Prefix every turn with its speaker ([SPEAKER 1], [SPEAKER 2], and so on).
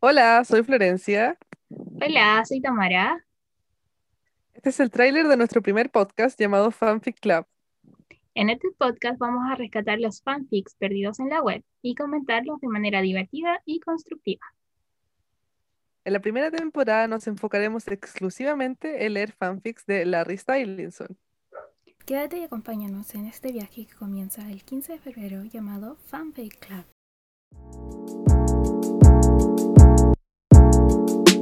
[SPEAKER 1] Hola, soy Florencia.
[SPEAKER 2] Hola, soy Tamara.
[SPEAKER 1] Este es el tráiler de nuestro primer podcast llamado Fanfic Club.
[SPEAKER 2] En este podcast vamos a rescatar los fanfics perdidos en la web y comentarlos de manera divertida y constructiva.
[SPEAKER 1] En la primera temporada nos enfocaremos exclusivamente en leer fanfics de Larry Stylinson.
[SPEAKER 3] Quédate y acompáñanos en este viaje que comienza el 15 de febrero llamado Fanfic Club.